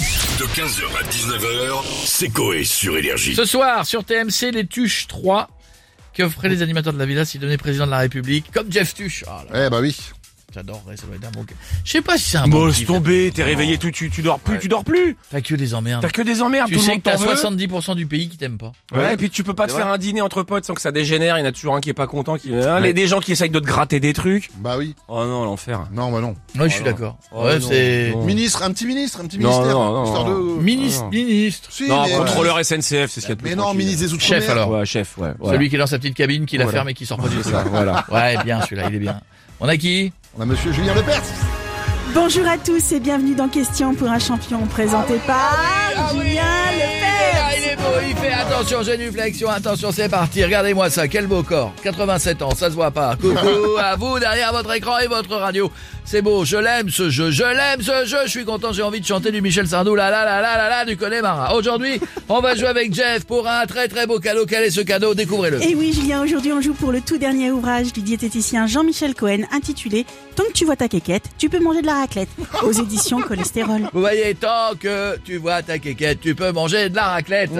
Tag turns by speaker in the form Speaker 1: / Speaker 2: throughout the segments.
Speaker 1: De 15h à 19h, c'est Coé sur Énergie.
Speaker 2: Ce soir, sur TMC, les Tuches 3. Que feraient les animateurs de la villa s'ils devenaient président de la République Comme Jeff Tuche. Ah, là,
Speaker 3: Eh bah oui.
Speaker 2: J'adorerais, ça doit être un bon kiff. Je sais pas si c'est un Ah, bon
Speaker 4: Bon,
Speaker 2: kiff.
Speaker 4: laisse tomber, t'es réveillé, tout, tu, tu dors plus, tu dors plus.
Speaker 2: T'as que des emmerdes.
Speaker 4: T'as que des emmerdes,
Speaker 2: Tu
Speaker 4: tout le
Speaker 2: sais que
Speaker 4: monde t'en
Speaker 2: t'as 70%
Speaker 4: veut.
Speaker 2: du pays qui t'aime pas.
Speaker 4: Ouais, et puis tu peux pas te faire un dîner entre potes sans que ça dégénère, il y en a toujours un qui est pas content, qui, hein, les, des gens qui essayent de te gratter des trucs.
Speaker 3: Bah oui.
Speaker 4: Oh non, l'enfer.
Speaker 3: Non, bah non.
Speaker 2: Ouais, je suis
Speaker 4: non.
Speaker 2: d'accord.
Speaker 4: Oh
Speaker 2: ouais,
Speaker 4: non,
Speaker 2: c'est...
Speaker 4: non. Ah.
Speaker 3: Ministre, un petit ministre, un petit
Speaker 4: Non,
Speaker 3: ministère. hein,
Speaker 4: non, non,
Speaker 3: histoire
Speaker 4: non.
Speaker 3: de-
Speaker 2: Ministre,
Speaker 4: non.
Speaker 2: ministre.
Speaker 3: Si,
Speaker 4: Non,
Speaker 3: mais- euh,
Speaker 4: contrôleur SNCF, c'est ce qu'il y a de plus
Speaker 3: Mais non,
Speaker 4: tranquille.
Speaker 3: ministre des Outre-mer.
Speaker 2: Chef, alors.
Speaker 4: Ouais, chef, ouais. voilà.
Speaker 2: Celui qui est dans sa petite cabine, qui la
Speaker 4: Voilà.
Speaker 2: ferme et qui sort pas du
Speaker 4: C'est
Speaker 2: tout.
Speaker 4: ça, voilà.
Speaker 2: Ouais, bien, celui-là, il est bien. On a qui
Speaker 3: On a monsieur Julien Lepers.
Speaker 5: Bonjour à tous et bienvenue dans Question pour un champion présenté par
Speaker 2: ah
Speaker 5: Julien Lepers.
Speaker 2: Il est beau, il fait attention, génuflexion, attention, c'est parti. Regardez-moi ça, quel beau corps. 87 ans, ça se voit pas. Coucou à vous derrière votre écran et votre radio. C'est beau, je l'aime ce jeu, je l'aime ce jeu. Je suis content, j'ai envie de chanter du Michel Sardou, la la la la la la, du Connemara. Aujourd'hui, on va jouer avec Jeff pour un très très beau cadeau. Quel est ce cadeau Découvrez-le.
Speaker 5: Et oui Julien, aujourd'hui on joue pour le tout dernier ouvrage du diététicien Jean-Michel Cohen intitulé Tant que tu vois ta quéquette, tu peux manger de la raclette aux éditions Cholestérol.
Speaker 2: Vous voyez, tant que tu vois ta quéquette, tu peux manger de la raclette.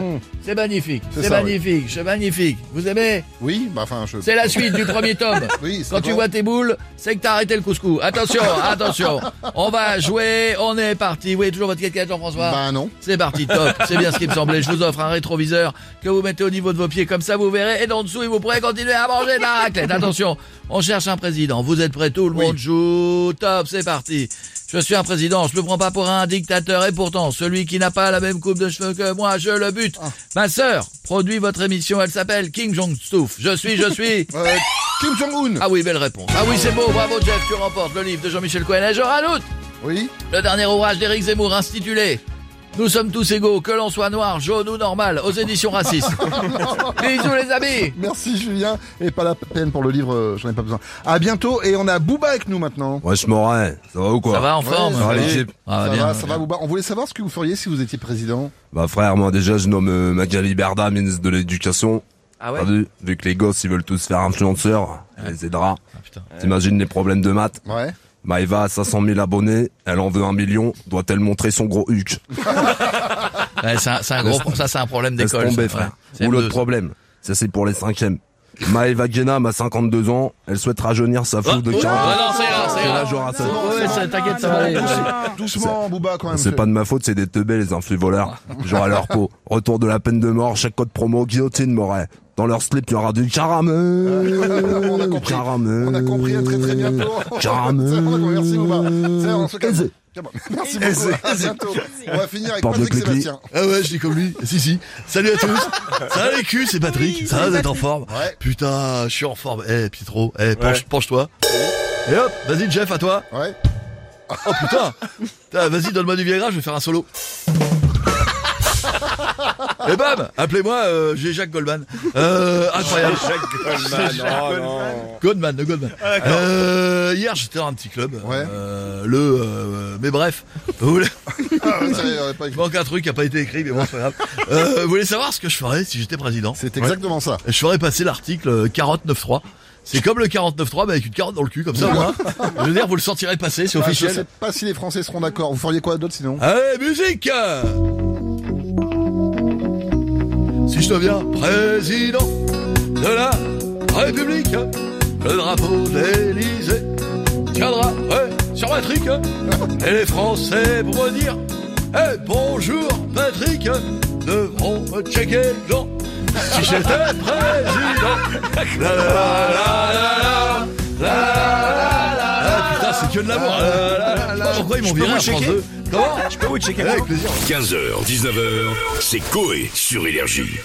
Speaker 2: C'est magnifique,
Speaker 3: Mmh. C'est
Speaker 2: c'est
Speaker 3: ça,
Speaker 2: magnifique, c'est magnifique. Vous aimez
Speaker 3: Oui, bah enfin, je.
Speaker 2: C'est la suite du premier tome.
Speaker 3: Oui, c'est
Speaker 2: Quand tu
Speaker 3: bon.
Speaker 2: vois tes boules, c'est que t'as arrêté le couscous. Attention, attention. On va jouer, on est parti. Oui, toujours votre quête, Jean-François.
Speaker 3: Bah non.
Speaker 2: C'est parti, top. C'est bien ce qui me semblait. Je vous offre un rétroviseur que vous mettez au niveau de vos pieds. Comme ça, vous verrez. Et d'en dessous, et vous pourrez continuer à manger de la raclette. Attention, on cherche un président. Vous êtes prêts Tout le monde joue. Top, c'est parti. Je suis un président. Je me prends pas pour un dictateur. Et pourtant, celui qui n'a pas la même coupe de cheveux que moi, je le bute. Ma sœur produit votre émission. Elle s'appelle King Jong-Stoof. Je suis, je suis.
Speaker 3: Euh, Kim Jong-un.
Speaker 2: Ah oui, belle réponse. Ah oui, c'est beau. Bravo, Jeff. Tu remportes le livre de Jean-Michel Cohen. Et je rajoute
Speaker 3: Oui.
Speaker 2: le dernier ouvrage d'Éric Zemmour intitulé Nous sommes tous égaux, que l'on soit noir, jaune ou normal, aux éditions racistes. Bisous les amis
Speaker 3: Merci Julien. Et pas la peine pour le livre, euh, j'en ai pas besoin. À bientôt. Et on a Booba avec nous maintenant.
Speaker 6: Wesh Morin, ça va ou quoi
Speaker 2: Ça va en forme
Speaker 3: ça va, les
Speaker 6: types.
Speaker 2: Ah,
Speaker 3: ça
Speaker 2: bien,
Speaker 3: va,
Speaker 2: bien.
Speaker 3: ça va Booba. On voulait savoir ce que vous feriez si vous étiez président.
Speaker 6: Bah frère, moi déjà je nomme euh, Magali Berda, ministre de l'éducation.
Speaker 2: Ah ouais
Speaker 6: T'as vu Vu que les gosses ils veulent tous faire influenceurs, elle les aidera.
Speaker 2: Ah, putain.
Speaker 6: T'imagines les problèmes de maths Bah,
Speaker 3: Ouais.
Speaker 6: Maëva a 500 000 abonnés, elle en veut un million, doit-elle montrer son gros huc
Speaker 2: Ouais, c'est un, c'est un gros, ça c'est un problème
Speaker 6: Laisse
Speaker 2: d'école.
Speaker 6: tomber
Speaker 2: ça,
Speaker 6: frère.
Speaker 2: ouais.
Speaker 6: Ou l'autre
Speaker 2: C'est
Speaker 6: problème, ça c'est pour les cinquièmes. Maëva Genam a 52 ans, elle souhaite rajeunir sa
Speaker 2: Ah,
Speaker 6: foule de
Speaker 2: oh,
Speaker 6: 40
Speaker 2: ah non, c'est grave, c'est
Speaker 6: Quel
Speaker 2: grave.
Speaker 6: âge aura-t-elle
Speaker 2: Ouais, ça, t'inquiète, ça va aller.
Speaker 3: Doucement Booba quand même.
Speaker 6: C'est pas de ma faute, c'est des teubés les influx voleurs. Genre à leur peau. Retour de la peine de mort, chaque code promo, guillotine Moret. Dans leur slip, il y aura du caramel.
Speaker 3: On a compris.
Speaker 6: Caramel.
Speaker 3: On a compris à très très bientôt.
Speaker 6: Caramel.
Speaker 3: C'est bon, Merci Booba. C'est on se calme.
Speaker 6: Aisé.
Speaker 3: Tiens, bon, Merci beaucoup. À bientôt. On va finir avec
Speaker 6: Porte de
Speaker 3: Patrick
Speaker 6: Clicquy.
Speaker 3: Sébastien.
Speaker 7: Ah ouais, je dis comme lui. Si, si. Salut à tous. Salut les culs, c'est Patrick.
Speaker 5: Oui,
Speaker 7: ça va,
Speaker 5: salut
Speaker 7: vous êtes en forme
Speaker 3: Ouais.
Speaker 7: Putain, je suis en forme. Eh, Pietro, eh, penche- penche-toi. Et hop, vas-y, Jeff, à toi.
Speaker 3: Ouais.
Speaker 7: Oh putain. Putain, vas-y, donne-moi du Viagra, je vais faire un solo. Et bam Appelez-moi, euh, j'ai Jacques Goldman. Euh, incroyable. Goldman, le Goldman. Euh, hier, j'étais dans un petit club.
Speaker 3: Ouais.
Speaker 7: Euh, le... euh, mais bref. Vous voulez-
Speaker 3: Ah, ouais, ça y est, on est pas-
Speaker 7: Il manque un truc qui n'a pas été écrit, mais bon, c'est pas grave. Euh, vous voulez savoir ce que je ferais si j'étais président
Speaker 3: C'est exactement ça.
Speaker 7: Je ferais passer l'article euh, 49.3. C'est comme le 49.3, mais avec une carotte dans le cul, comme ça, au moins. Je veux dire, vous le sentirez passer, c'est
Speaker 3: Ah, je
Speaker 7: officiel.
Speaker 3: sais pas si les Français seront d'accord. Vous feriez quoi d'autre sinon
Speaker 7: Allez, musique Si je deviens président de la République, le drapeau d'Élysée tiendra ouais, sur ma trique. Et les Français pour me dire Eh, bonjour Patrick devront me checker le gland. Si j'étais président la, la, la, la, la, la, la, la, la. Putain, c'est que de l'amour Pourquoi ils m'ont viré à France 2 Comment
Speaker 4: Je peux vous checker
Speaker 7: Avec plaisir
Speaker 1: 15h, 19h, c'est Coé sur Énergie.